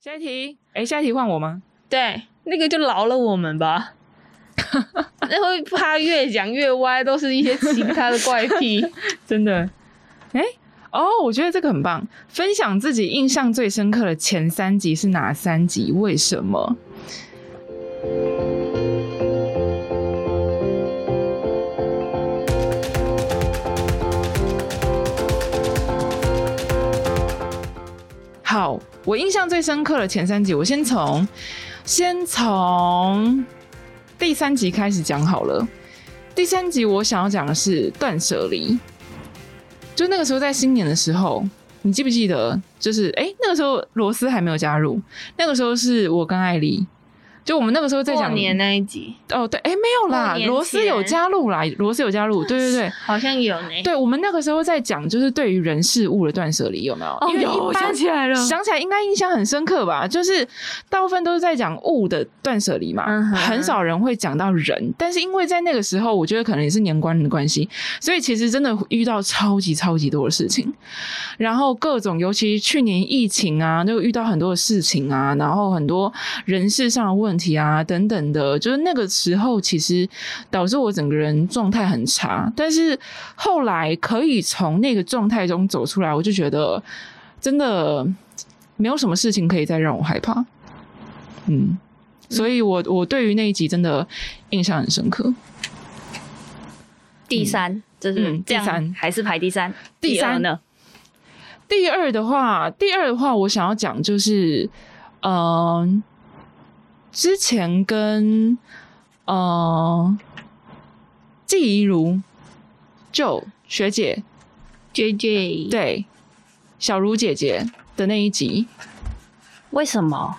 下一题，哎，下一题换我吗？对，那个就饶了我们 吧。那会怕越讲越歪，都是一些其他的怪 癖。真的，哎，哦，我觉得这个很棒。分享自己印象最深刻的前三集是哪三集？为什么？好，我印象最深刻的前三集，我先从先从第三集开始讲好了。第三集我想要讲的是断舍离，就那个时候在新年的时候，你记不记得？就是哎、诶那个时候罗斯还没有加入，那个时候是我跟艾丽，就我们那个时候在过讲年那一集哦，对，哎、没有啦过，年罗斯有前哎加入啦，罗斯有加入，对对对。好像有呢。对，我们那个时候在讲，就是对于人事物的断舍离有没有？哦因为有一般想起来了想起来应该印象很深刻吧？就是大部分都是在讲物的断舍离嘛，嗯哼很少人会讲到人。但是因为在那个时候，我觉得可能也是年关的关系，所以其实真的遇到超级超级多的事情，然后各种，尤其去年疫情啊，就遇到很多的事情啊，然后很多人事上的问题啊等等的，就是那个时候其实导致我整个人状态很差，但是后来可以从那个状态中走出来，我就觉得真的没有什么事情可以再让我害怕，嗯。所以我，我对于那一集真的印象很深刻。第三，就是嗯这样，第三还是排第三，第第二三呢？第二的话，第二的话，我想要讲就是，嗯、之前跟嗯季怡如就学姐 J J，，对小茹姐姐的那一集，为什么？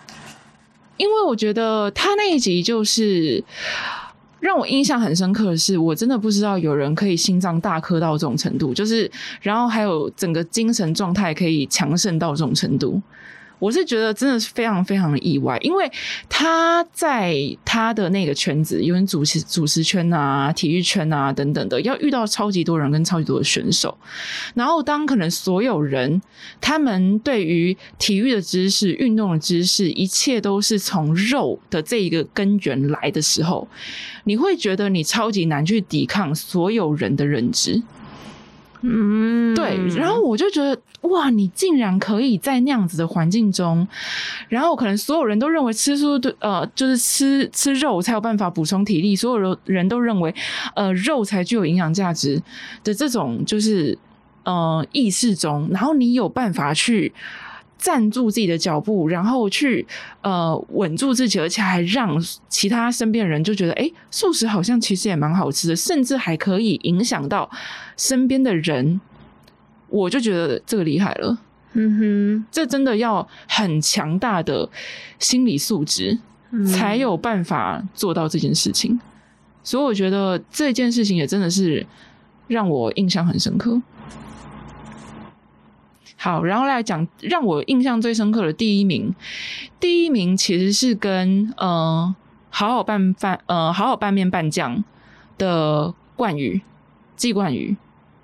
因为我觉得她那一集就是。让我印象很深刻的是，我真的不知道有人可以心脏大颗到这种程度，就是，然后还有整个精神状态可以强盛到这种程度，我是觉得真的是非常非常的意外，因为他在他的那个圈子，有人主持主持圈啊、体育圈啊等等的，要遇到超级多人跟超级多的选手，然后当可能所有人他们对于体育的知识、运动的知识，一切都是从肉的这一个根源来的时候，你会觉得你超级难去抵抗所有人的认知。嗯，对，然后我就觉得哇，你竟然可以在那样子的环境中，然后可能所有人都认为吃素对呃就是吃吃肉才有办法补充体力，所有人都认为呃肉才具有营养价值的这种就是呃意识中，然后你有办法去。站住自己的脚步，然后去呃稳住自己，而且还让其他身边的人就觉得，哎，素食好像其实也蛮好吃的，甚至还可以影响到身边的人，我就觉得这个厉害了。嗯这真的要很强大的心理素质，哼，嗯才有办法做到这件事情。所以我觉得这件事情也真的是让我印象很深刻。好，然后来讲让我印象最深刻的第一名，第一名其实是跟呃好好拌饭呃好好拌面拌酱的冠宇季冠宇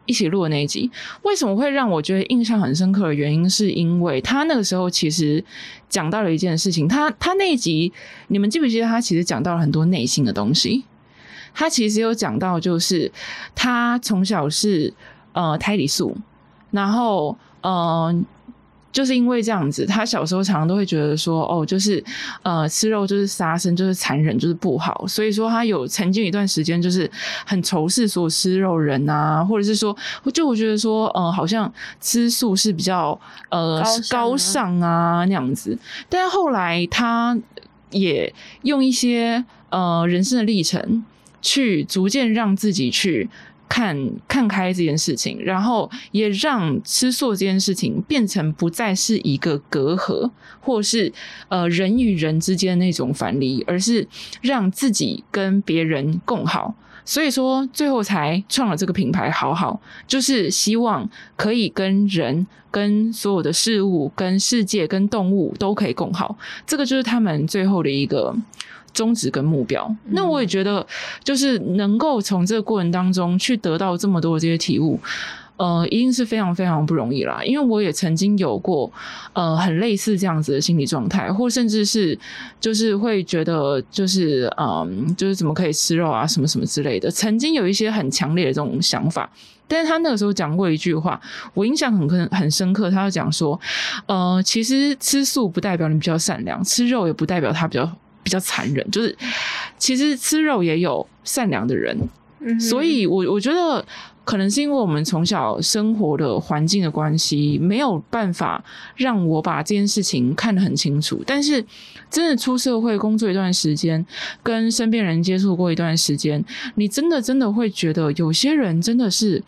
一起录的那一集，为什么会让我觉得印象很深刻的原因，是因为他那个时候其实讲到了一件事情，他他那一集，你们记不记得他其实讲到了很多内心的东西？他其实有讲到，就是他从小是呃胎里素，然后呃。就是因为这样子，他小时候常常都会觉得说，哦，就是，呃，吃肉就是杀生，就是残忍，就是不好。所以说，他有曾经一段时间就是很仇视所有吃肉人啊，或者是说，就我觉得说，呃，好像吃素是比较呃高尚啊高尚啊那样子。但后来他也用一些呃人生的历程，去逐渐让自己去看看开这件事情，然后也让吃素这件事情变成不再是一个隔阂，或是呃人与人之间那种反离，而是让自己跟别人共好。所以说，最后才创了这个品牌，好好就是希望可以跟人、跟所有的事物、跟世界、跟动物都可以共好。这个就是他们最后的一个宗旨跟目标。那我也觉得，就是能够从这个过程当中去得到这么多的这些体悟，呃，一定是非常非常不容易啦。因为我也曾经有过，呃，很类似这样子的心理状态，或甚至是就是会觉得就是嗯，就是怎么可以吃肉啊，什么什么之类的。曾经有一些很强烈的这种想法，但是他那个时候讲过一句话，我印象很很很深刻。他就讲说，呃，其实吃素不代表你比较善良，吃肉也不代表他比较比较残忍，就是其实吃肉也有善良的人，嗯所以我我觉得可能是因为我们从小生活的环境的关系，没有办法让我把这件事情看得很清楚。但是真的出社会工作一段时间，跟身边人接触过一段时间，你真的真的会觉得有些人真的是，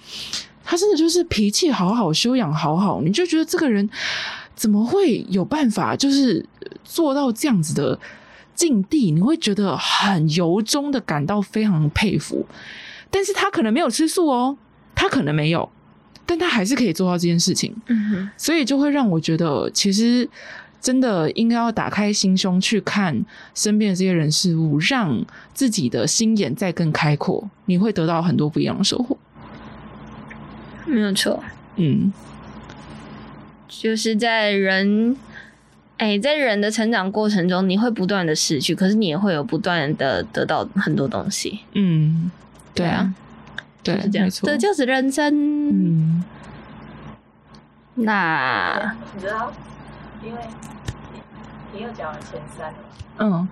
他真的就是脾气好好，修养好好，你就觉得这个人怎么会有办法，就是做到这样子的境地，你会觉得很由衷的感到非常佩服。但是他可能没有吃素哦，他可能没有，但他还是可以做到这件事情。嗯哼所以就会让我觉得，其实真的应该要打开心胸去看身边的这些人事物，让自己的心眼再更开阔，你会得到很多不一样的收获。没有错，嗯，就是在人，哎、在人的成长过程中，你会不断的失去，可是你也会有不断的得到很多东西，嗯，对啊，对，是这样没，错这，就是人生。嗯，那你知道，因为你你又讲了前三了，嗯，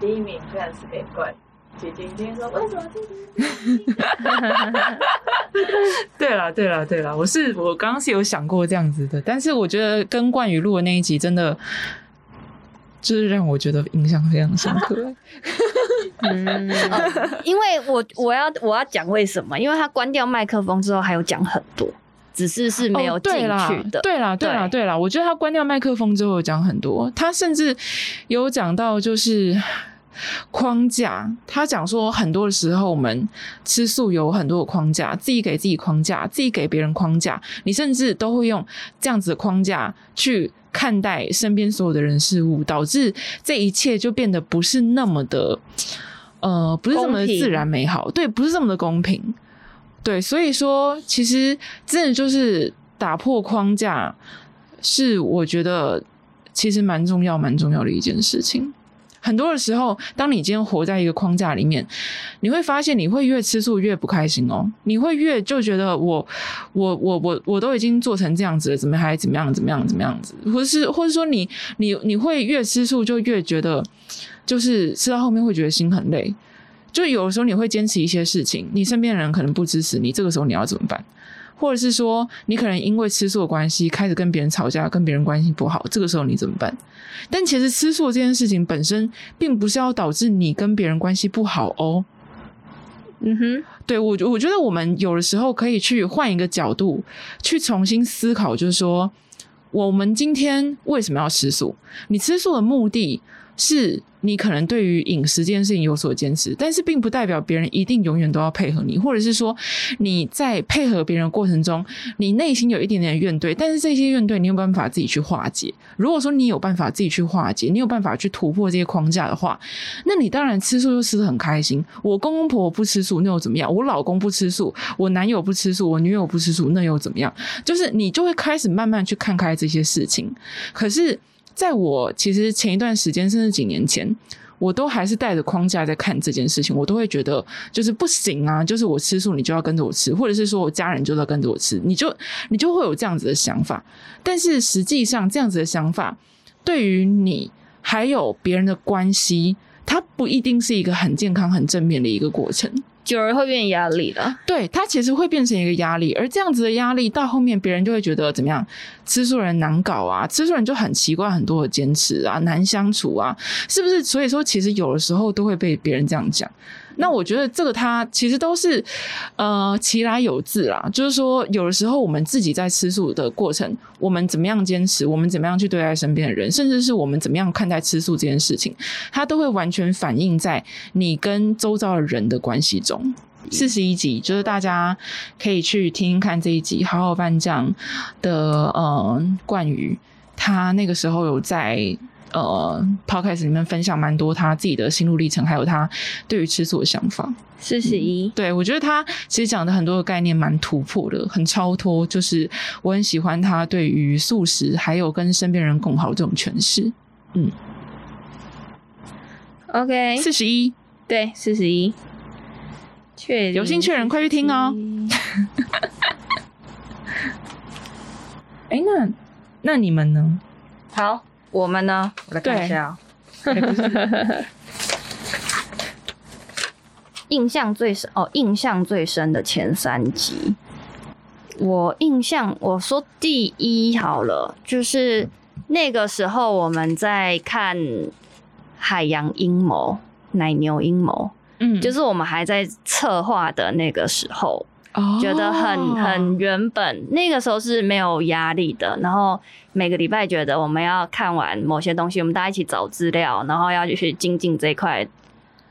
第一名居然是给冠。姐姐今天说为什么这 对啦，对啦，对啦，我是我刚刚是有想过这样子的，但是我觉得跟冠宇录的那一集真的。就是让我觉得印象非常深刻，嗯，哦 因为我我要我要讲为什么？因为他关掉麦克风之后还有讲很多，只是是没有哦进对啦去的。对啦，对啦，对啦，我觉得他关掉麦克风之后有讲很多，他甚至有讲到就是框架，他讲说很多的时候我们吃素有很多的框架，自己给自己框架，自己给别人框架，你甚至都会用这样子的框架去。看待身边所有的人事物，导致这一切就变得不是那么的，呃，不是这么的公平自然美好，对，不是这么的公平。对，所以说其实真的就是打破框架，是我觉得其实蛮重要、蛮重要的一件事情。很多的时候，当你今天活在一个框架里面，你会发现你会越吃素越不开心哦，你会越就觉得我我我我我都已经做成这样子了，怎么还怎么样怎么样怎么样子，或者是或者说你你你会越吃素就越觉得，就是吃到后面会觉得心很累，就有的时候你会坚持一些事情，你身边的人可能不支持你，这个时候你要怎么办？或者是说，你可能因为吃素的关系开始跟别人吵架，跟别人关系不好，这个时候你怎么办？但其实吃素这件事情本身，并不是要导致你跟别人关系不好哦。嗯哼，对我，我觉得我们有的时候可以去换一个角度，去重新思考，就是说，我们今天为什么要吃素？你吃素的目的是你可能对于饮食这件事情有所坚持，但是并不代表别人一定永远都要配合你，或者是说你在配合别人的过程中，你内心有一点点怨怼，但是这些怨怼你有没有办法自己去化解。如果说你有办法自己去化解，你有办法去突破这些框架的话，那你当然吃素就吃的很开心。我公公婆婆不吃素，那又怎么样？我老公不吃素，我男友不吃素，我女友不吃素，那又怎么样？就是你就会开始慢慢去看开这些事情。可是，在我其实前一段时间，甚至几年前。我都还是带着框架在看这件事情，我都会觉得就是不行啊，就是我吃素你就要跟着我吃，或者是说我家人就要跟着我吃，你就你就会有这样子的想法。但是实际上，这样子的想法对于你还有别人的关系，它不一定是一个很健康、很正面的一个过程。久了会变压力了。对，它其实会变成一个压力，而这样子的压力到后面，别人就会觉得怎么样？吃素人难搞啊，吃素人就很奇怪，很多的坚持啊，难相处啊，是不是？所以说，其实有的时候都会被别人这样讲。那我觉得这个它其实都是，呃，其来有自啦。就是说，有的时候我们自己在吃素的过程，我们怎么样坚持，我们怎么样去对待身边的人，甚至是我们怎么样看待吃素这件事情，它都会完全反映在你跟周遭的人的关系中。四十一集，就是大家可以去听听看这一集《好好办酱》的，嗯、呃，冠宇他那个时候有在呃 podcast 里面分享蛮多他自己的心路历程，还有他对于吃素的想法。四十一，对，我觉得他其实讲的很多的概念蛮突破的，很超脱。就是我很喜欢他对于素食还有跟身边人共好这种诠释。嗯 OK，四十一，对，四十一，确有兴趣的人快去听哦。哎，那那你们 呢？好，我们呢？我来看一下哦、印象最深哦，印象最深的前三集，我印象我说第一好了，就是那个时候我们在看《海洋阴谋》《奶牛阴谋嗯》，就是我们还在策划的那个时候，觉得很哦很原本，那个时候是没有压力的。然后每个礼拜觉得我们要看完某些东西，我们大家一起找资料，然后要去精进这一块，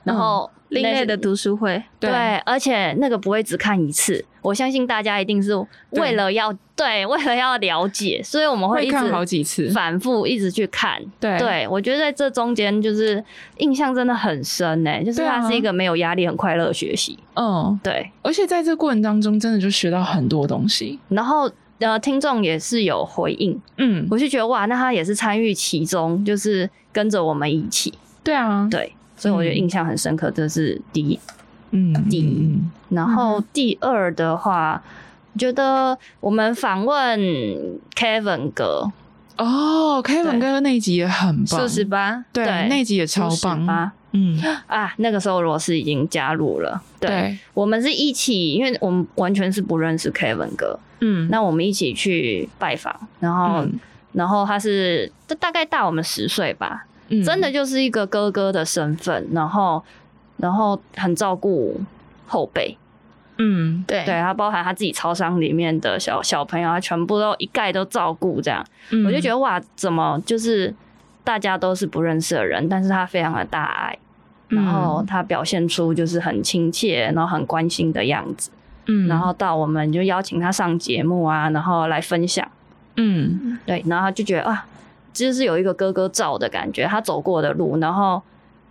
然后另那类是的读书会，对对，而且那个不会只看一次，我相信大家一定是为了要对为了要了解，所以我们哦会一看好直几次，反复一直去看。对对，我觉得在这中间就是印象真的很深呢、就是对啊它是一个没有压力、很快乐的学习。嗯，对，而且在这过程当中，真的就学到很多东西。然后呃，听众也是有回应，嗯，我就觉得哇，那他也是参与其中，就是跟着我们一起，对啊，对，所以我觉得嗯印象很深刻，这是第一。嗯，嗯，第一嗯然嗯后第二的话，我觉得我们访问 Kevin 哥，哦，Kevin 对哥那一集也很棒，四十八，对，对那一集也超棒，啊嗯，啊，那个时候罗斯已经加入了，对，对，我们是一起，因为我们完全是不认识 Kevin 哥，嗯，那我们一起去拜访，然后、嗯然后他是他大概大我们十岁吧，嗯真的就是一个哥哥的身份，然后然后很照顾后辈，嗯，对对他包含他自己超商里面的小小朋友，他全部都一概都照顾这样，我就觉得得哇，怎么就是大家都是不认识的人，但是他非常的大爱，嗯然后他表现出就是很亲切，然后很关心的样子，嗯，然后到我们就邀请他上节目啊，然后来分享。嗯对，然后他就觉得啊，就是有一个哥哥照的感觉，他走过的路，然后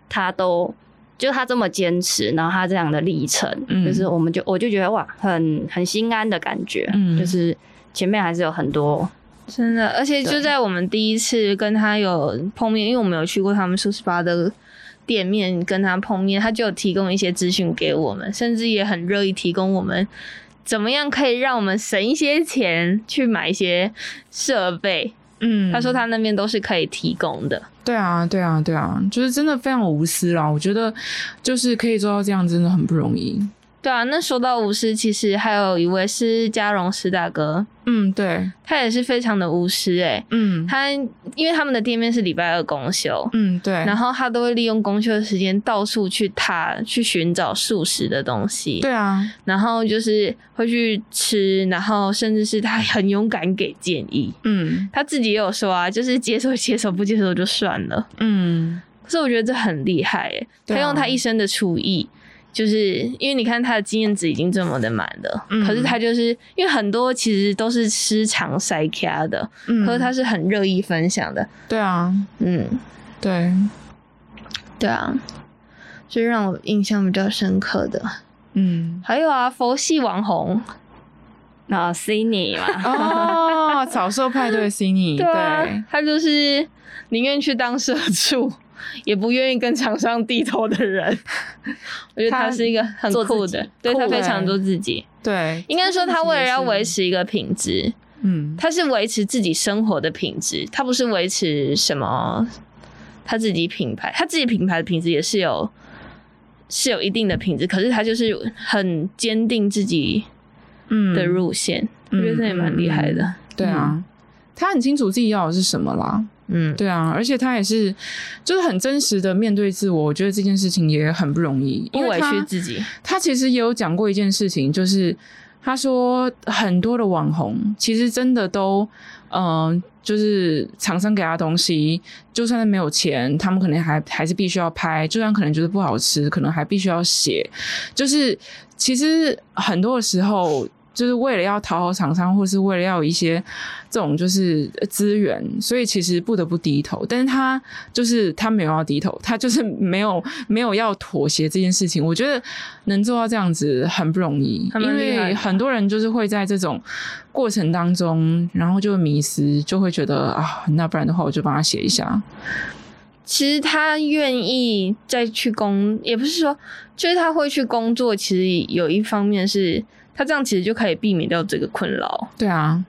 他都就是他这么坚持，然后他这样的历程，嗯就是我们就我就觉得哇，很很心安的感觉，嗯就是前面还是有很多真的，而且就对在我们第一次跟他有碰面，因为我们有去过他们苏十八的店面跟他碰面，他就有提供一些资讯给我们，甚至也很乐意提供我们怎么样可以让我们省一些钱去买一些设备。嗯，他说他那边都是可以提供的，对啊，对啊，对啊，就是真的非常无私啦。我觉得就是可以做到这样，真的很不容易。对啊。那说到舞狮，其实还有一位是嘉荣师大哥，嗯，对，他也是非常的舞狮诶、嗯，他因为他们的店面是礼拜二公休，嗯，对，然后他都会利用公休的时间到处去踏，去寻找素食的东西。对，啊，然后就是会去吃，然后甚至是他很勇敢给建议。嗯他自己也有说啊，就是接受接受，不接受就算了。嗯，可是我觉得这很厉害耶，对他啊用他一生的厨艺。就是因为你看他的经验值已经这么的满了，嗯可是他就是因为很多其实都是吃长塞卡的，嗯可是他是很乐意分享的，对啊，嗯，对，对啊，所以让我印象比较深刻的嗯，还有啊，佛系网红，啊 c i n y 嘛，哦，早售派对 c i n y 啊对，，他就是宁愿去当社畜， 也不愿意跟厂商低头的 人。我觉得他他是一个很做酷自己的，对酷他非欸常做自己。对，应该说，他为了要真的维是，持一个品质，嗯，他是维持自己生活的品质，他不是维持什么他自己品牌，他自己品牌的品质也是有是有一定的品质，可是他就是很坚定自己嗯的嗯路线，嗯我觉得这也蛮厉害的。对啊，他很清楚自己要的是什么啦，嗯，对啊，而且他也是就是很真实的面对自我，我觉得这件事情也很不容易，不因为委他屈自己。他其实也有讲过一件事情，就是他说很多的网红其实真的都，嗯、就是厂商给他东西，就算是没有钱，他们可能还还是必须要拍，就算可能觉得不好吃，可能还必须要写，就是其实很多的时候。就是为了要讨好厂商，或是为了要有一些这种就是呃资源，所以其实不得不低头。但是他就是他没有要低头，他就是没有没有要妥协这件事情。我觉得能做到这样子很不容易，还蛮因厉害的为很多人就是会在这种过程当中，然后就会迷失，就会觉得啊，那不然的话我就帮他写一下。其实他愿意再去工，也不是说，就是他会去工作。其实有一方面是他这样，其实就可以避免掉这个困扰。对啊，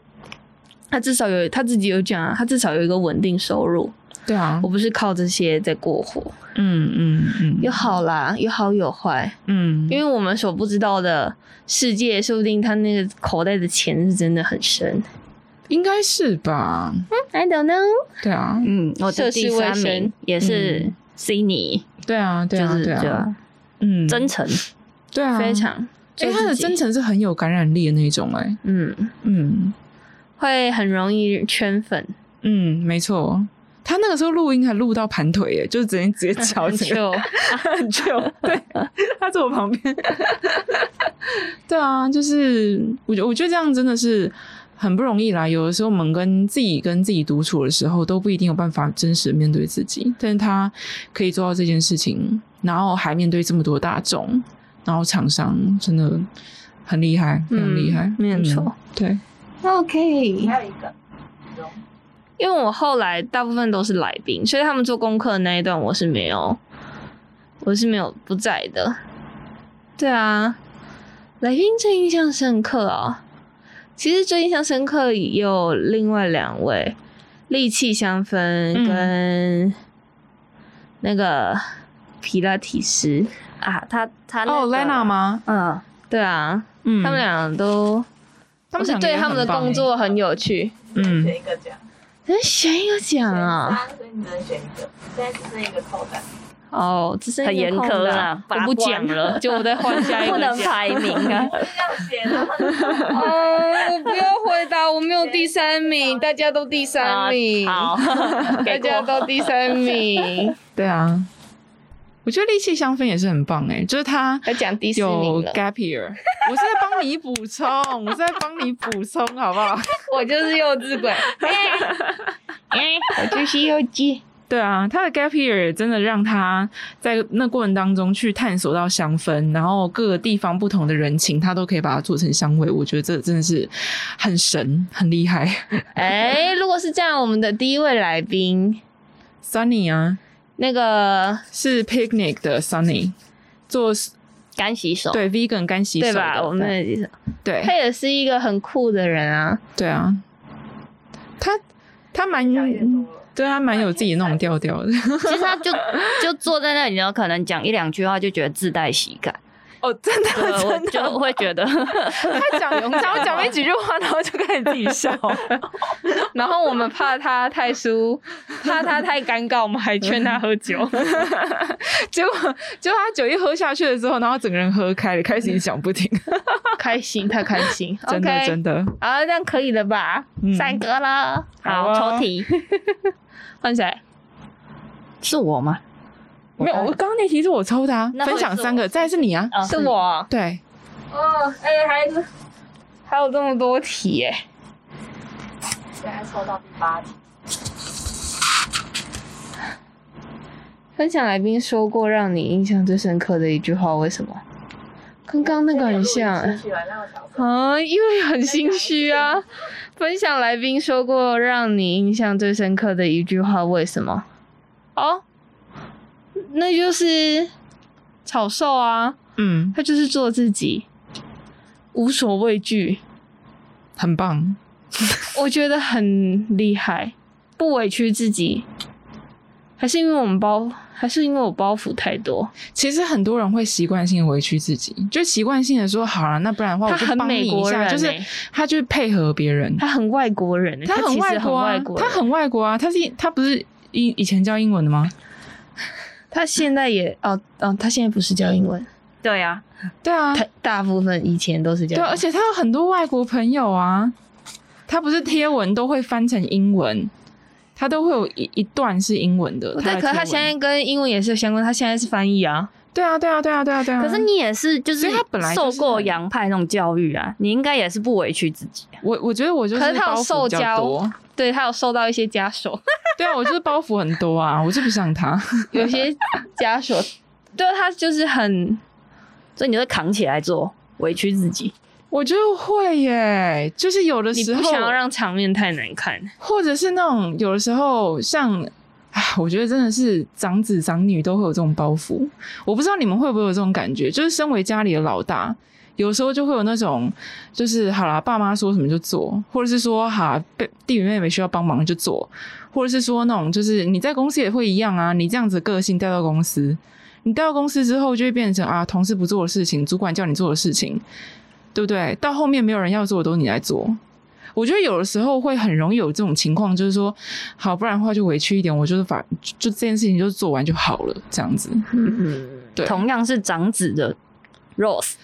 他至少有他自己有讲啊，他至少有一个稳定收入，对啊我，不是靠这些在过活。嗯嗯嗯，有好啦，有好有坏，嗯，因为我们所不知道的世界，说不定他那个口袋的钱是真的很深。应该是吧？ I don't know，对啊，嗯，我涉的世第未三深名也是嗯 C 你，对啊，对就啊，是对对啊，啊嗯，真诚，对啊，非常。哎、做他的自己真，诚是很有感染力的那种、哎，嗯，嗯会很容易圈粉，嗯，没错。他那个时候录音还录到盘腿、哎，就是直接直接翘很起来，糗很糗。对， 他坐我旁边。 对啊，就是我觉我觉得这样真的是很不容易啦。有的时候我们跟自己跟自己独处的时候，都不一定有办法真实地面对自己，但是他可以做到这件事情，然后还面对这么多大众，然后厂商真的很厉害，非常厉害，嗯没有错嗯对。 OK，还有一个容因为我后来大部分都是来宾，所以他们做功课的那一段我是没有，我是没有不在的。对啊，来宾最印象深刻啊、其实最印象深刻也有另外两位，戾气香氛跟那个皮拉提斯。啊，他他那哦个，Lena 吗？嗯，对啊，嗯，他们俩都，他我们是两个对也他们的很棒工欸，作很有趣。嗯选一个奖，能选一个奖啊？选三，所以你只能选一个。现在只剩一个扣打，哦，只剩很一个严空苛的啦我拔不罐讲了 了，就我再换下一不个能讲。排名啊，就这样写，然后你哦，我不要回答，我没有第三 名，大家都第三名，啊 好，大给家过。都第三 名，对啊，我觉得力气香氛也是很棒哎、就是他要讲第四名有了。 gap year，我是在帮你补充，我是在帮你补充，好不好？ 我就是幼稚 鬼，哎我就是幼稚。对啊，他的 gap year 真的让他在那过程当中去探索到香氛，然后各个地方不同的人情，他都可以把它做成香味。我觉得这真的是很神，很厉害。哎，如果是这样，我们的第一位来宾， Sunny 啊，那个是 Picnic 的 Sunny，做干洗手，对 vegan 干洗手哦对的吧？我们的对他也是一个很酷的人啊，对啊，他他蛮讲越多了。对他蛮有自己那种调调的。 其实他就就坐在那里，然后可能讲一两句话就觉得自带喜感， 哦，真的对，我就会觉得 他讲，然后讲没几句话，然后就开始自己笑。然后我们怕他太输，怕他太尴尬，我们还劝他喝酒。 结果结果他酒一喝下去了之后，然后整个人喝开了，开始一直讲不停， 开心，太开心， 真的 OK 真的。 好，这样可以了吧？嗯三个了，好啊抽题哦 换谁？是我吗？没有，我刚刚那题是我抽的啊，那会分享是我三个，再来是你啊，啊是我啊。对，哦，哎，还还有这么多题耶！现在抽到第八题，分享来宾说过让你印象最深刻的一句话，为什么？跟刚刚那个很像哎。起来让我调整。啊，因为很心虚啊。分享来宾说过让你印象最深刻的一句话，为什么？哦，那就是草兽啊，嗯，他就是做自己，无所畏惧，很棒，我觉得很厉害，不委屈自己。还是因为我们包，还是因为我包袱太多。其实很多人会习惯性地委屈自己，就习惯性的说好了，那不然的话我他就很帮你美一国下，人就是欸他就配合别人，他很外国人欸，他其很实外国啊很外，国他人很外国啊，他是他不是以以前教英文的吗？他现在也哦哦，他现在不是教英文，对呀，对啊，他大部分以前都是这对，样。而且他有很多外国朋友啊，他不是贴文都会翻成英文，他都会有一一段是英文的。哦对，的可是他贴文现在跟英文也是有相关，他现在是翻译啊。对啊，对啊，对啊，对啊，对啊。可是你也是，就是所以他本来就受是过很洋派那种教育啊，你应该也是不委屈自己啊。我我觉得我就是可是他有包袱比受较教多，对他有受到一些枷 锁，对啊，我就是包袱很多啊，我就不像他。有些枷锁，对他就是很所以你会扛起来做，委屈自己。我觉得会耶，就是有的你时不候，想要让场面太难看，或者是那种有的时候像，啊，我觉得真的是长子长女都会有这种包袱。我不知道你们会不会有这种感觉，就是身为家里的老大，有时候就会有那种，就是好啦，爸妈说什么就做，或者是说哈，被弟弟妹妹需要帮忙就做，或者是说那种就是你在公司也会一样啊，你这样子的个性带到公司，你带到公司之后就会变成啊，同事不做的事情，主管叫你做的事情，对不对？到后面没有人要做的都是你来做。我觉得有的时候会很容易有这种情况，就是说，好，不然的话就委屈一点，我就是把就就这件事情就做完就好了，这样子。对同样是长子的 Rose，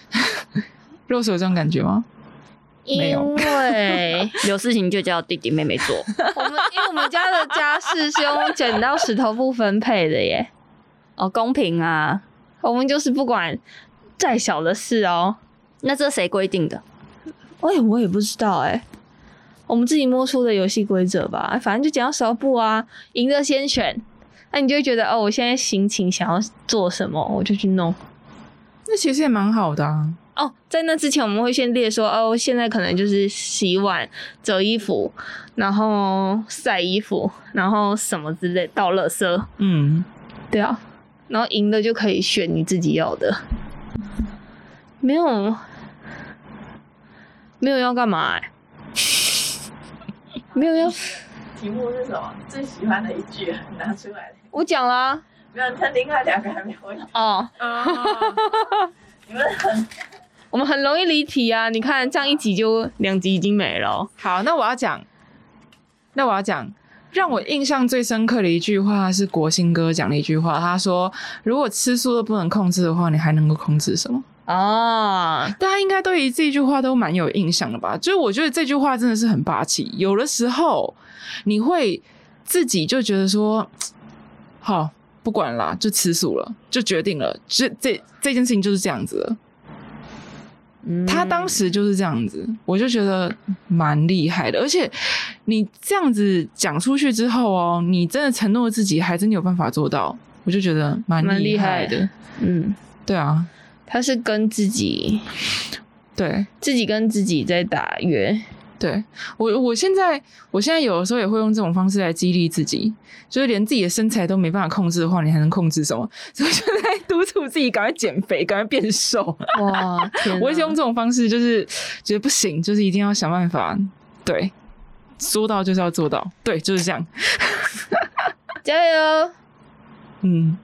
肉手有这种感觉吗？因没有为 有事情就叫弟弟妹妹做。 我们因为我们家的家事是用剪刀石头布分配的耶，哦，公平啊！我们就是不管再小的事哦、那这谁规定的？哎、我也不知道哎、我们自己摸出的游戏规则吧，反正就剪刀石头布啊，赢的先选。那、你就会觉得哦，我现在心情想要做什么，我就去弄。那其实也蛮好的啊。哦，在那之前我们会先列说，哦，现在可能就是洗碗、折衣服，然后晒衣服，然后什么之类，倒垃圾。嗯，对啊，然后赢的就可以选你自己要的，没有，没有要干嘛、 欸？没有要，题目是什么？最喜欢的一句拿出来。 我讲啦、没有，他另外两个还没回答。哦，你们很 我们很容易离题啊！你看这样一集就两集已经没了哦，好，那我要讲，那我要讲，让我印象最深刻的一句话是国兴哥讲的一句话，他说：“如果吃素都不能控制的话，你还能够控制什么？”哦，大家应该对于这句话都蛮有印象的吧？就是我觉得这句话真的是很霸气。有的时候你会自己就觉得说，好不管啦，就吃素了，就决定了，这这这件事情就是这样子了。他当时就是这样子，我就觉得蛮厉害的。而且你这样子讲出去之后哦，你真的承诺自己，还真的有办法做到，我就觉得蛮蛮厉厉害害的。嗯，对啊，他是跟自己对。自己跟自己在打约，对我，我现在我现在有的时候也会用这种方式来激励自己，就是连自己的身材都没办法控制的话，你还能控制什么？ 所以我就在督促自己赶快减肥，赶快变瘦。哇，天 我我也是用这种方式，就是觉得不行，就是一定要想办法。对，说到就是要做到，对，就是这样。加油，嗯，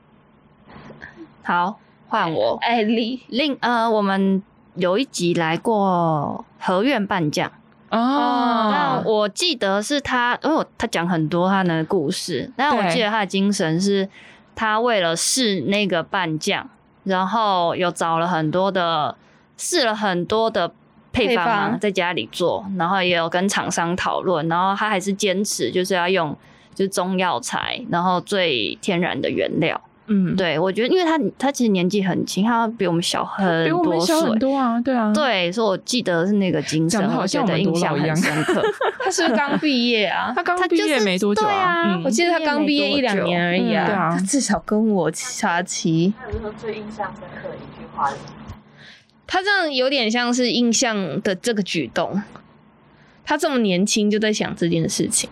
好，换我。艾丽，另呃，我们有一集来过和苑半将，啊但哦，我记得是他，因为我他讲很多他的故事，但我对记得他的精神是，他为了试那个半酱，然后有找了很多的，试了很多的配方配嘛，方在家里做，然后也有跟厂商讨论，然后他还是坚持就是要用就是中药材，然后最天然的原料。嗯，，对我觉得，因为他他其实年纪很轻，他比我们小很比我们多岁小。很多啊，对啊，，对，所以我记得是那个精神讲得，好我觉像我得们印多老象一样很深刻。他是不是刚毕业 啊？他刚他毕就是业没多久对啊嗯我记得他刚毕业一两年而已啊，嗯对啊他至少跟我差七。那如果最印象深刻的一句话是 什么，他这样有点像是印象的这个举动，他这么年轻就在想这件事情，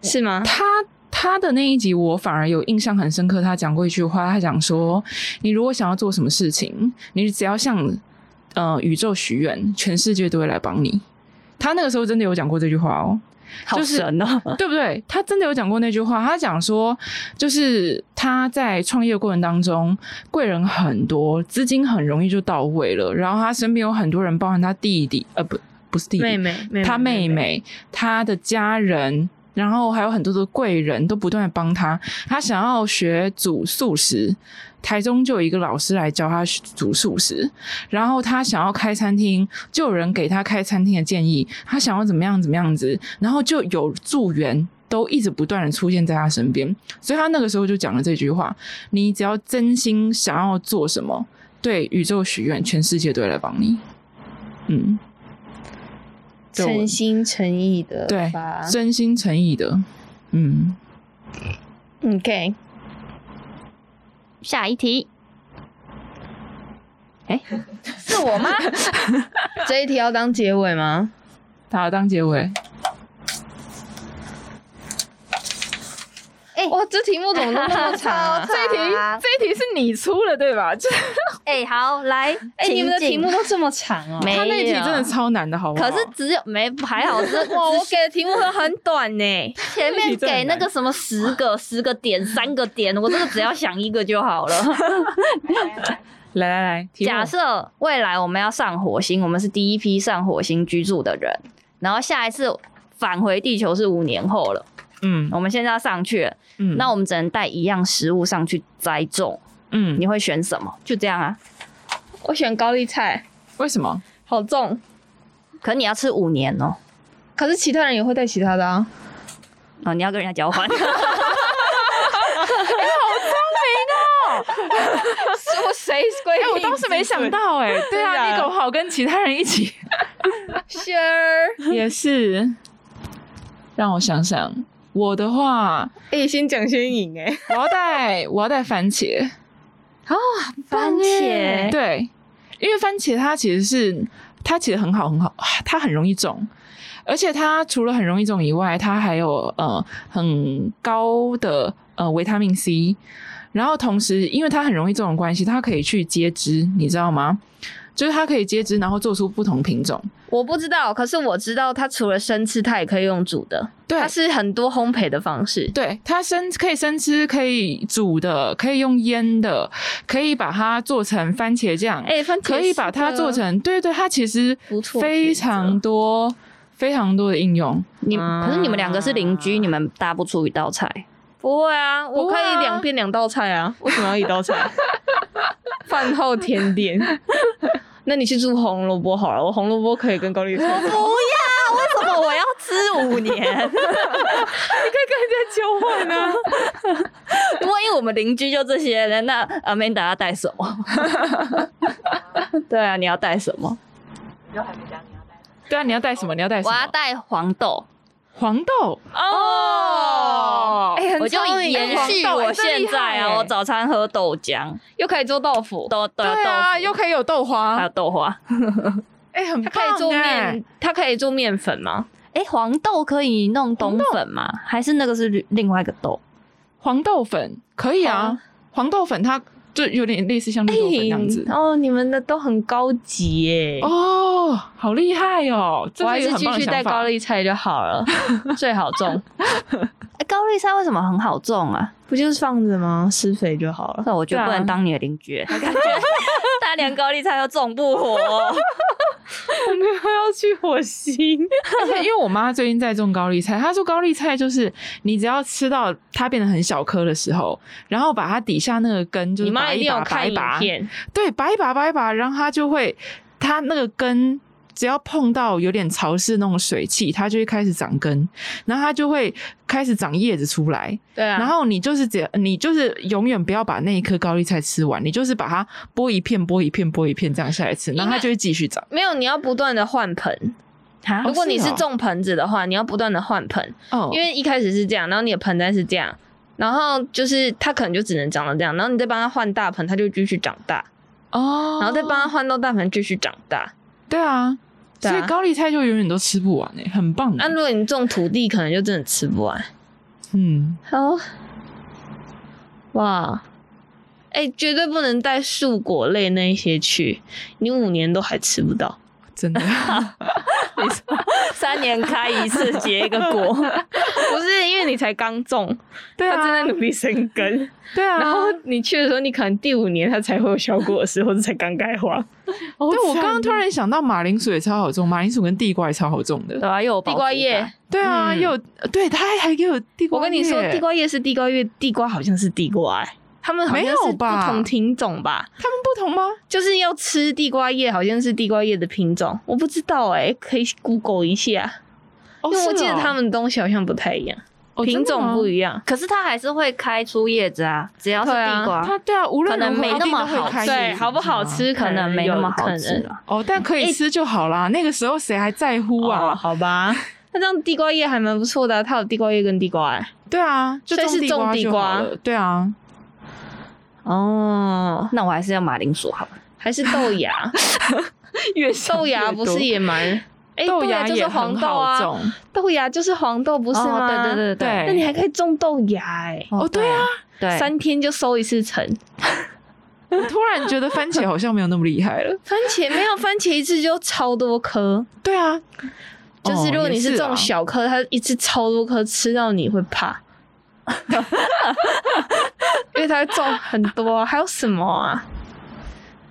是吗？他他的那一集，我反而有印象很深刻。他讲过一句话，他讲说：“你如果想要做什么事情，你只要向呃宇宙许愿，全世界都会来帮你。”他那个时候真的有讲过这句话哦。好就是神哦、 对不对？他真的有讲过那句话，他讲说，就是他在创业过程当中，贵人很多，资金很容易就到位了，然后他身边有很多人，包含他弟弟，呃，不，不是弟弟，妹妹，妹妹他妹妹，妹、他的家人，然后还有很多的贵人都不断的帮他。他想要学煮素食，台中就有一个老师来教他煮素食。然后他想要开餐厅，就有人给他开餐厅的建议。他想要怎么样怎么样子，然后就有助缘都一直不断的出现在他身边，所以他那个时候就讲了这句话：你只要真心想要做什么，对宇宙许愿，全世界都会来帮你。嗯，对我诚心诚意的对吧，真心诚意的，嗯， ，OK，下一题，是我 吗？这一题要当结尾吗？好，当结尾。哎？哇，这题目怎么都那么长啊 这一题这一题是你出了对吧？就是哎、好，来，哎，你们的情题境目都这么长哦。没有他那一题真的超难的，好不好？可是只有没还好是 哇，我给的题目都很短呢。 前面给那个什么 十个、十个点、三个点，我这个只要想一个就好了。啊来来来，题目假设未来我们要上火星，我们是第一批上火星居住的人，然后下一次返回地球是五年后了，嗯我们现在要上去了，嗯，那我们只能带一样食物上去栽种，嗯，你会选什么？就这样啊。我选高丽菜，为什么？好重。可你要吃五年哦、可是其他人也会带其他的啊。哦，你要跟人家交 换。是我谁规哎、我当时没想到、哎，对真的 啊，你狗好跟其他人一起， ，Sure。 也是。让我想想，我的话，哎，先讲先赢哎。我要带我要带番茄，番茄，对，因为番茄它其实是它其实很好很好，它很容易种，而且它除了很容易种以外，它还有呃很高的呃维他命 C，然后同时因为它很容易种的关系，它可以去接枝，你知道吗？就是它可以接枝，然后做出不同品种。我不知道，可是我知道它除了生吃，它也可以用煮的，对它是很多烘焙的方式。对，它生可以生吃，可以煮的，可以用腌的，可以把它做成番茄酱。哎，番茄可以把它做是个嗯成，对对，它其实不错的非常多非常多的应用。你可是你们两个是邻居，嗯你们搭不出一道菜。不会啊，我不会可啊以两边两道菜啊，为什么要一道 菜？饭后甜点。那你去煮红萝卜好了，我红萝卜可以跟高丽菜。你可以跟人不要，为什么我要吃五年？家交换 啊。万一我们邻居就这些人，那阿曼达要带什么？对啊，你要带什么？你都还没讲你要带什么对啊，你要带什么？你要带什我要么？带黄豆。黄豆哦哎，很我就聪明延哎续黄豆哎我这现厉在害啊，哎我早餐喝豆浆，又可以做豆呃腐，豆豆对豆啊，又腐，可以有豆还有花，豆花。哎，很它棒可以做哎面，它可以做面粉吗？哎，黄豆可以弄冬粉吗？还是那个是另外一个豆？黄豆粉可以啊，黄豆粉它就有点类似像绿豆粉那样子。哦，你们的都很高级耶。哦，好厉害哦！这我还一是个很继棒的续想带法高丽菜就好了， 最好 种。哎，高丽菜为什么很好种啊？不就是放着吗？施肥就好了。那我就对啊不能当你的邻居，感觉 大连高丽菜又种不活。 我们要去火星， 而且因为我妈最近在种高丽菜，她说高丽菜就是你只要吃到它变得很小颗的时候，然后把它底下那个根 就你是妈拔一定一有拔拔看一影拔，片，对，拔一拔拔一拔，然后它就会它那个根。只要碰到有点潮湿那种水汽，它就会开始长根，然后它就会开始长叶子出来。对啊，然后你就是只你就是永远不要把那一颗高丽菜吃完，你就是把它剥一片、剥一片、剥一片这样下来吃，然后它就会继续长。没有，你要不断的换盆。啊如果你是是哦种盆子的话，你要不断的换盆，哦，因为一开始是这样，然后你的盆栽是这样，然后就是它可能就只能长到这样，然后你再帮它换大盆，它就继续长大，哦，然后再帮它换到大盆继续长大。对啊，对啊所以高丽菜就永远都吃不完诶、很棒、那、欸。如果你种土地，可能就真的吃不完。嗯，好，哇，哎、绝对不能带树果类那一些去，你五年都还吃不到。 真的，三年开一次，结一个果。不是因为你才刚种，对它正啊，在努力生根，对啊。然后你去的时候，你可能第五年它才会有小果实，或者才刚开 花。对，我刚刚突突然想到，马铃薯也超好种，马铃薯跟地瓜也超好种对的。啊，又有地饱瓜腹叶感，，对啊，嗯又有对，它还还给我地瓜我叶。跟你说，地瓜叶是地瓜叶，地瓜好像是地瓜、哎，他们好像没有是不吧同品种吧？它们不同吗？就是要吃地瓜叶，好像是地瓜叶的品种，我不知道哎、可以欸 Google 一下，哦，因为我是记得哦他们的东西好像不太一样。哦品真的种吗不一样。可是它还是会开出叶子啊，只要是对啊地瓜，它对啊，无论可能如何没那么一定都会好开吃始对，好不好是吗吃可能没那有么好可吃啊能了。哦，但可以吃就好啦。那个时候谁还在乎哇，啊？哦好吧。 那这样地瓜叶还蛮不错的啊、它有地瓜叶跟地瓜、欸。对啊，就所以是种地地瓜就好了。对啊，哦，那我还是要马铃薯好了。还是豆 芽， 越豆芽不是也蛮？哎、豆芽芽就是也黄很豆好 啊，种。豆芽就是黄豆，不是哦吗？对对对对那你还可以种豆芽哎、哦，对啊，对，三天就收一次成。我突然觉得番茄好像没有那么厉害 了。番茄没有番茄一次就超多颗，对啊，就是如果你哦也是是啊种小颗，它一次超多颗，吃到你会怕， 因为它种很多啊、还有什么啊？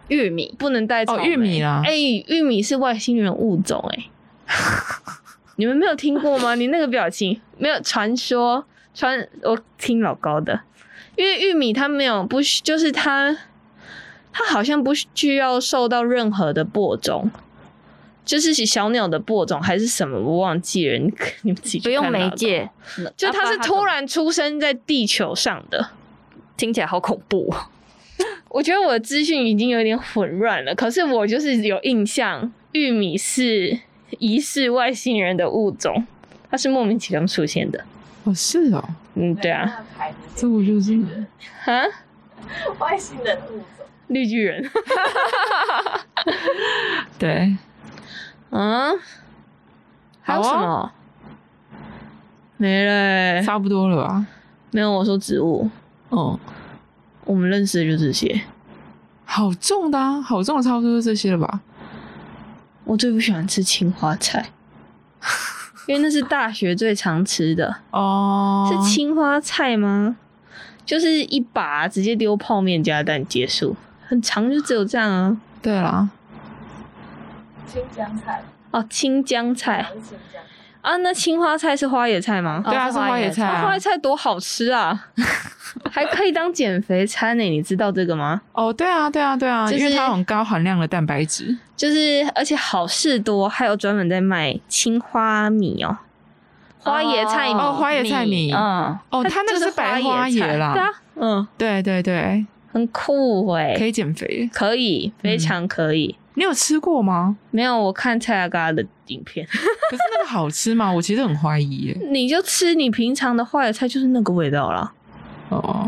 玉米，不能带草莓哦玉米啦哎、玉米是外星人物种哎、 你们没有听过吗？你那个表情没有传说传，我听老高的，因为玉米它没有不需，就是它它好像不需要受到任何的播种。就是小鸟的播种还是什么，我忘记了，你你们自己去不用看老媒高，介，就啊它不是然突怎么然出生在地球上的。听起来好恐怖哦。我觉得我的资讯已经有点混乱了，可是我就是有印象，玉米是疑似外星人的物种，它是莫名其妙出现的。哦是哦，嗯，对啊，，牌子这我就是啊，外星人物种。绿巨人，对。嗯，还有好什哦么？没了欸、差不多了吧？没有。我说植物，嗯，我们认识的就这些。好重的啊，好重的，差不多就这些了吧？我最不喜欢吃青花 菜，因为那是大学最常吃的。哦，是青花菜吗？就是一把直接丢泡面加蛋结束，很长就只有这样啊。对啦， 青江菜，哦，青江菜还是青江菜？啊，那青花菜是花野菜吗？哦对啊，是是花花野椰菜菜啊花啊野。菜多好吃 啊，还可以当减肥餐呢、你知道这个吗？哦，对啊，对啊，对啊，就因为是它有很高含量的蛋白质。就是而且好事多，还有专门在卖青花米哦，花野菜米哦，花野菜米，嗯，哦，它那就个是是白花花椰菜椰对啦啊。，嗯，对对对，很酷哎、可以嗯减肥。可以，非常可以。你有吃过吗？没有，我看蔡阿嘎的影片。 可是那个好吃吗？我其实很怀疑耶。你就吃你平常的花野菜，就是那个味道啦，哦，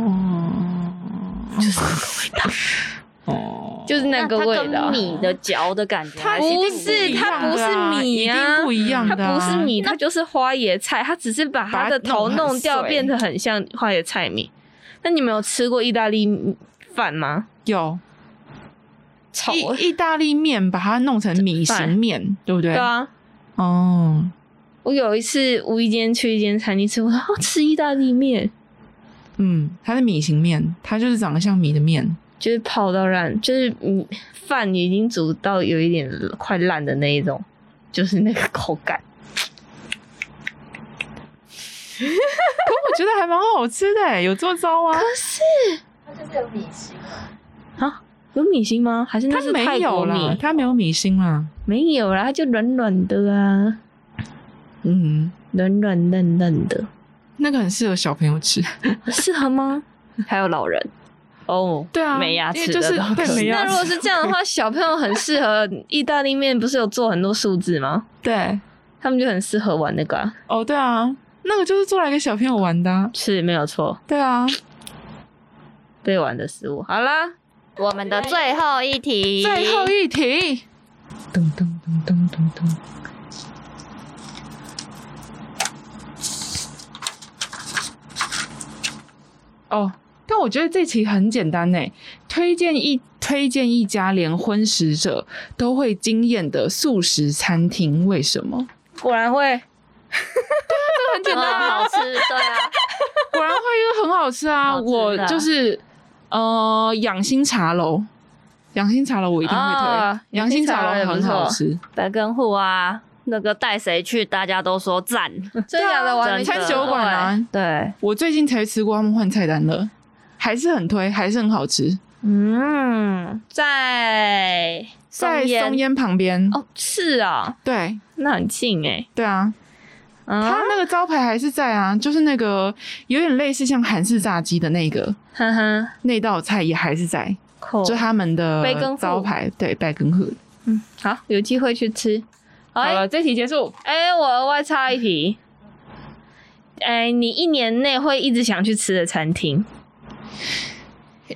就是那个味道， 哦，就是那个它味跟道。米的嚼的感觉它还一是定不不是一一样它不是米样的啊一啊定不一样它的啊。不是米，它就是花野菜，它只是把它的头把它弄弄很掉，碎变得很像花野菜米。那你们有吃过意大利饭吗？有炒意意大利面，把它弄成米饭型面，对不对？对啊，哦，我有一次无意间去一间餐厅吃，我说哦吃意大利面，嗯，它是米型面，它就是长得像米 的面。就是泡到烂，就是嗯饭已经煮到有一点快烂的那一种，就是那个口感。可我觉得还蛮好吃的欸，有做糟吗？它就是有米心啊，有米心吗？还是那它是泰国没有啦米，？它没有米心啦。没有啦，它就软软的啊，嗯，软软嫩嫩的，那个很适合小朋友吃。适合吗？还有老人， 哦，对啊，没牙因为齿就的是都可对以没那牙齿。如果是这样的话，小朋友很适合意大利面，不是有做很多数字吗？对，他们就很适合玩那个、啊，哦，对啊，那个就是做来给小朋友玩的啊。是没有错，对啊，被玩的食物。好啦，我们的最后 一题，最后一题，咚咚咚咚咚咚。哦，但我觉得这题很简单呢。推荐一推荐一家连荤食者都会惊艳的素食餐厅，为什 么？果然会很简嗯，单啊，好吃，对啊，果然会因为很好吃啊！好吃的我就是呃养心茶楼，养心茶楼我一定会推啊，养、心茶楼很好吃。 白根户啊，那个带谁去，大家都说赞，真的假的，我还没真餐的酒馆啊，对，我最近才吃过他们换菜单了，还是很推，还是很好吃，嗯，在在松烟松烟旁边。哦，是啊、对那很近哎、对啊，欸，它啊，那个招牌还是在啊，就是那个有点类似像韩式炸鸡的那个哈哈，那道菜也还是在，口就他们的培根户招牌，对，拜根户。嗯，好，有机会去吃。好哎了，这题结束。哎，我额外插一题，哎，你一年内会一直想去吃的餐厅，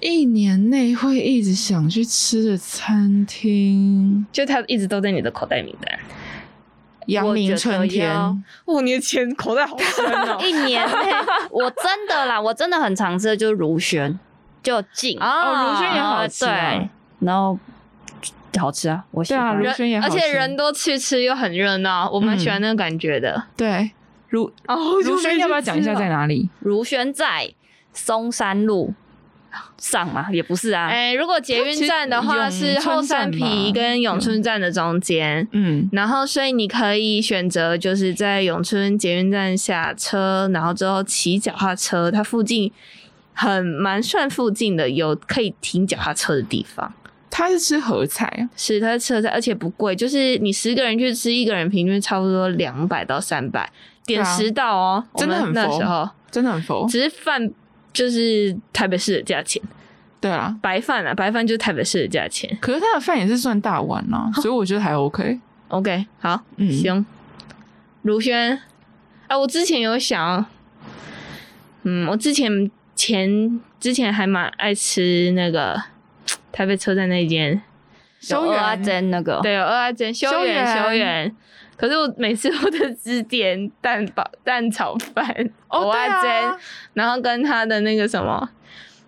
一年内会一直想去吃的餐厅，就它一直都在你的口袋名单。阳明春我觉得要天。哇，你的钱口袋好深 啊哦一年内，我真的啦，我真的很常吃的就是如轩，就近哦如轩也好吃啊对，然后好吃啊，我喜对啊欢。如轩也好而且吃人多去吃又很热闹，我蛮喜欢那个感觉的。对，如哦如轩要不要讲一下在？哪里？如轩在松山路上嘛，也不是啊，哎、如果捷运站的话它其实是后山永春站嗯皮吧跟永春站的中间，嗯，然后所以你可以选择就是在永春捷运站下车，然后之后骑脚踏车，它附近很蛮算附近的有可以停脚踏车的地方。他是吃合菜啊，是它车在，而且不贵，就是你十个人去吃，一个人平均差不多两百到三百，点对啊十道哦，我真的们很那佛时候真的很佛。只是饭就是台北市的价钱，对啊，白饭啊，白饭就是台北市的价钱。可是他的饭也是算大碗啦，所以我觉得还 OK。 OK，好，嗯行。卢轩，啊，我之前有想，嗯，我之前前之前还蛮爱吃那个台北车站那一间，有修蚵仔远煎那个，对，有二爱煎修修远远修远。可是我每次我都只点蛋堡蛋炒饭，哦，蚵对仔煎，啊，然后跟他的那个什么。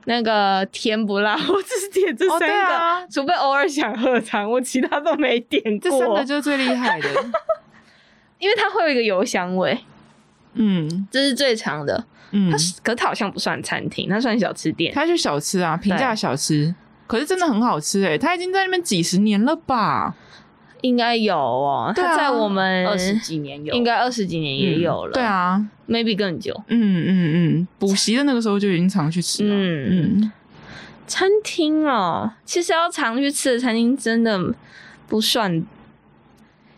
那个甜不辣，我只点这哦三对个，啊除非偶尔想喝汤，我其他都没点过。这三个就是最厉害 的。因为它会有一个油香味，嗯这是最长的。嗯它，是可它好像不算餐厅，它算小吃店。他去小吃啊，平价对小吃，可是真的很好吃哎、他已经在那边几十年了吧？应该有哦，对啊它在我们二十几年有，应该二十几年也有了。对啊， ，maybe 更久。嗯嗯嗯，补习的那个时候就已经常去吃了。嗯，嗯，餐厅哦，其实要常去吃的餐厅真的不算，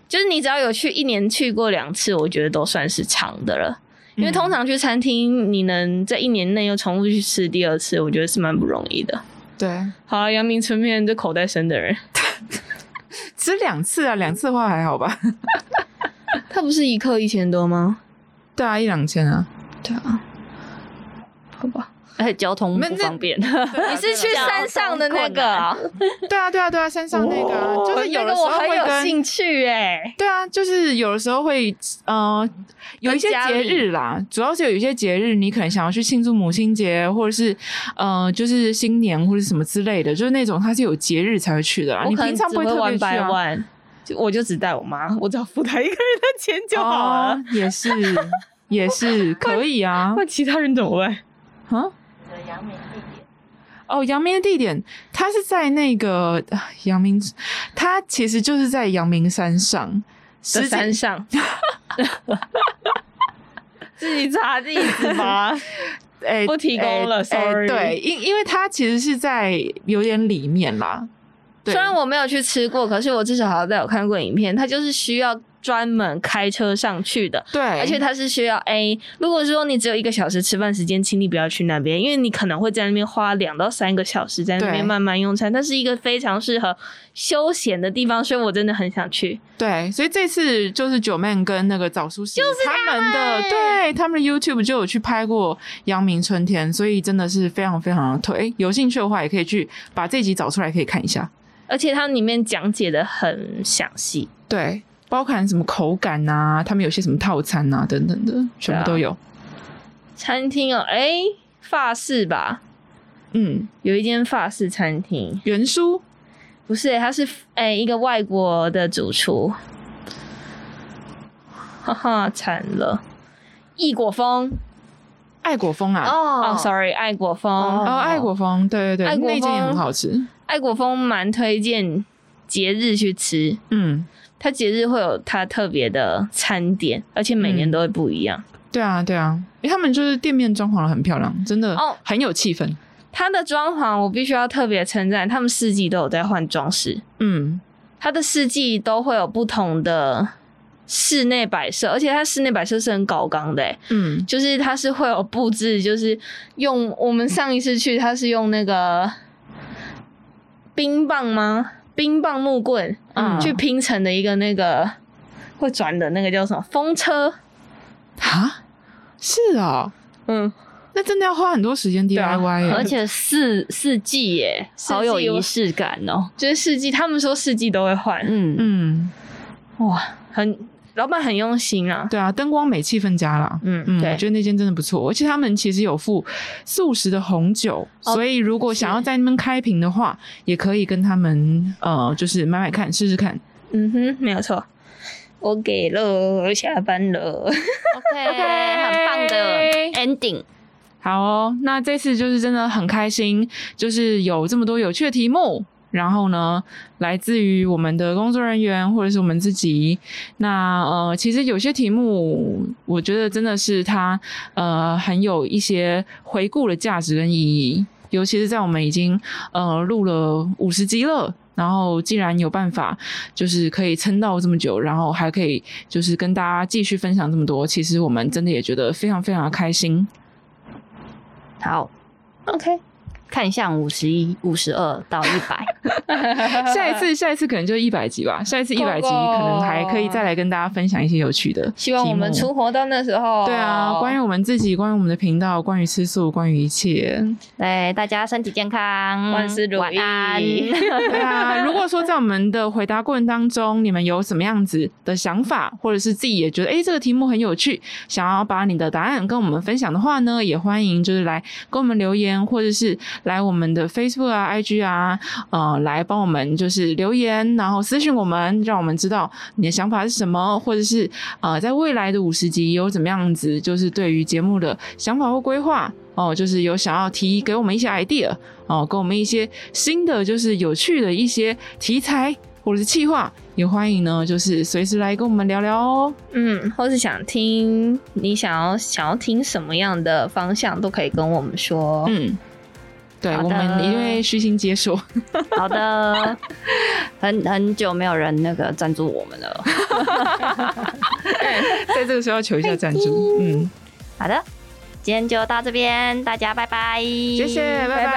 就是你只要有去一年去过两次，我觉得都算是长的了。因为嗯通常去餐厅，你能在一年内又重复去吃第二次，我觉得是蛮不容易的。对，好啊了，阳明春面这口袋深的人，吃两次啊，两次的话还好吧？ 他不是一克一千多吗？对啊，一两千啊。对啊，好吧。而且交通不方便。 你是去山上的那个啊？对啊，对啊，对啊，山上那个、啊就是有的哦那时个我候很会有跟。兴趣哎。对啊，就是有的时候会，呃，有一些跟家节里日啦，主要是有一些节日，你可能想要去庆祝母亲节，或者是，呃，就是新年或者什么之类的，就是那种它是有节日才会去的啦。我你可平能常只不特别玩去百啊。万，就我就只带我妈，我只要付她一个人的钱就好了 哦。、也是，也是可以啊。那其他人怎么办？啊，择阳明地点。哦，阳明的地点，它是在那个呃阳明，它其实就是在阳明山上。在时山间上， 自己查地址吧。 哎不提供了哎哎 sorry 对，因因为它其实是在有点里面啦。对虽然我没有去吃过，可是我至少好像有看过影片，它就是需要专门开车上去的。对，而且它是需要 A。如果说你只有一个小时吃饭时间，请你不要去那边，因为你可能会在那边花两到三个小时在那对边慢慢用餐。它是一个非常适合休闲的地方，所以我真的很想去。对，所以这次就是九妹跟那个早熟就是他们的，对他们的 YouTube 就有去拍过《阳明春天》，所以真的是非常非常的推。哎有兴趣的话，也可以去把这集找出来，可以看一下。而且它里面讲解的很详细，对，包含什么口感啊，他们有些什么套餐啊等等的，全部都有。餐厅哦，哎，法式吧，嗯，有一间法式餐厅，原书不是、它是哎一个外国的主厨，哈哈，惨了，异国风爱果风啊，哦哦、哦 s o r r y 爱国风，哦爱果风，对对爱对，果那风间也很好吃。爱国风蛮推荐节日去吃，嗯，它节日会有它特别的餐点，而且每年都会不一样。对啊对啊，因为他们就是店面装潢的很漂亮，真的哦很有气氛。它的装潢我必须要特别称赞，他们四季都有在换装饰，嗯，它的四季都会有不同的室内摆设，而且它室内摆设是很搞纲的、欸，嗯，就是它是会有布置，就是用我们上一次去，它是用那个冰棒吗？冰棒木棍，嗯去拼成的一个那个会转的那个叫什么风车？哈，是哦，嗯，那真的要花很多时间 DIY，对啊耶而且四四季耶，四季好有我仪式感哦。就是四季，他们说四季都会换，嗯，嗯，哇，很老板很用心啊，对啊，灯光美，气氛佳啦，嗯嗯，对我觉得那间真的不错，而且他们其实有附素食的红酒，哦所以如果想要在那边开瓶的话，也可以跟他们呃，就是买买看，试试看。嗯哼，没有错。我给了，下班了。 OK，很棒的 ending。好哦，那这次就是真的很开心，就是有这么多有趣的题目。然后呢，来自于我们的工作人员或者是我们自己。那呃，其实有些题目，我觉得真的是它呃很有一些回顾的价值跟意义，尤其是在我们已经呃录了五十集了，然后既然有办法就是可以撑到这么久，然后还可以就是跟大家继续分享这么多，其实我们真的也觉得非常非常的开心。好， OK，看向五十一、五十二到一 百。下一次，下一次可能就一百集吧。下一次一百集，够够可能还可以再来跟大家分享一些有趣的。希望我们出。活到那时候。对啊，关于我们自己，关于我们的频道，关于吃素，关于一切。对，大家身体健康，万事如意晚安。对啊，如果说在我们的回答过程当中，你们有什么样子的想法，或者是自己也觉得哎、诶这个题目很有趣，想要把你的答案跟我们分享的话呢，也欢迎就是来跟我们留言，或者是来我们的 Facebook 啊、IG 啊，呃，来帮我们就是留言，然后私信我们，让我们知道你的想法是什么，或者是呃，在未来的五十集有怎么样子，就是对于节目的想法或规划哦、就是有想要提给我们一些 idea。哦，跟我们一些新的就是有趣的一些题材或者是企划，也欢迎呢，就是随时来跟我们聊聊哦。嗯，或是想听你想要想要听什么样的方向，都可以跟我们说。嗯，对好的我们因为虚心接受，好的，很很久没有人那个赞助我们了。 在这个时候要求一下赞助。嗯，好的，今天就到这边，大家拜拜，谢谢，拜拜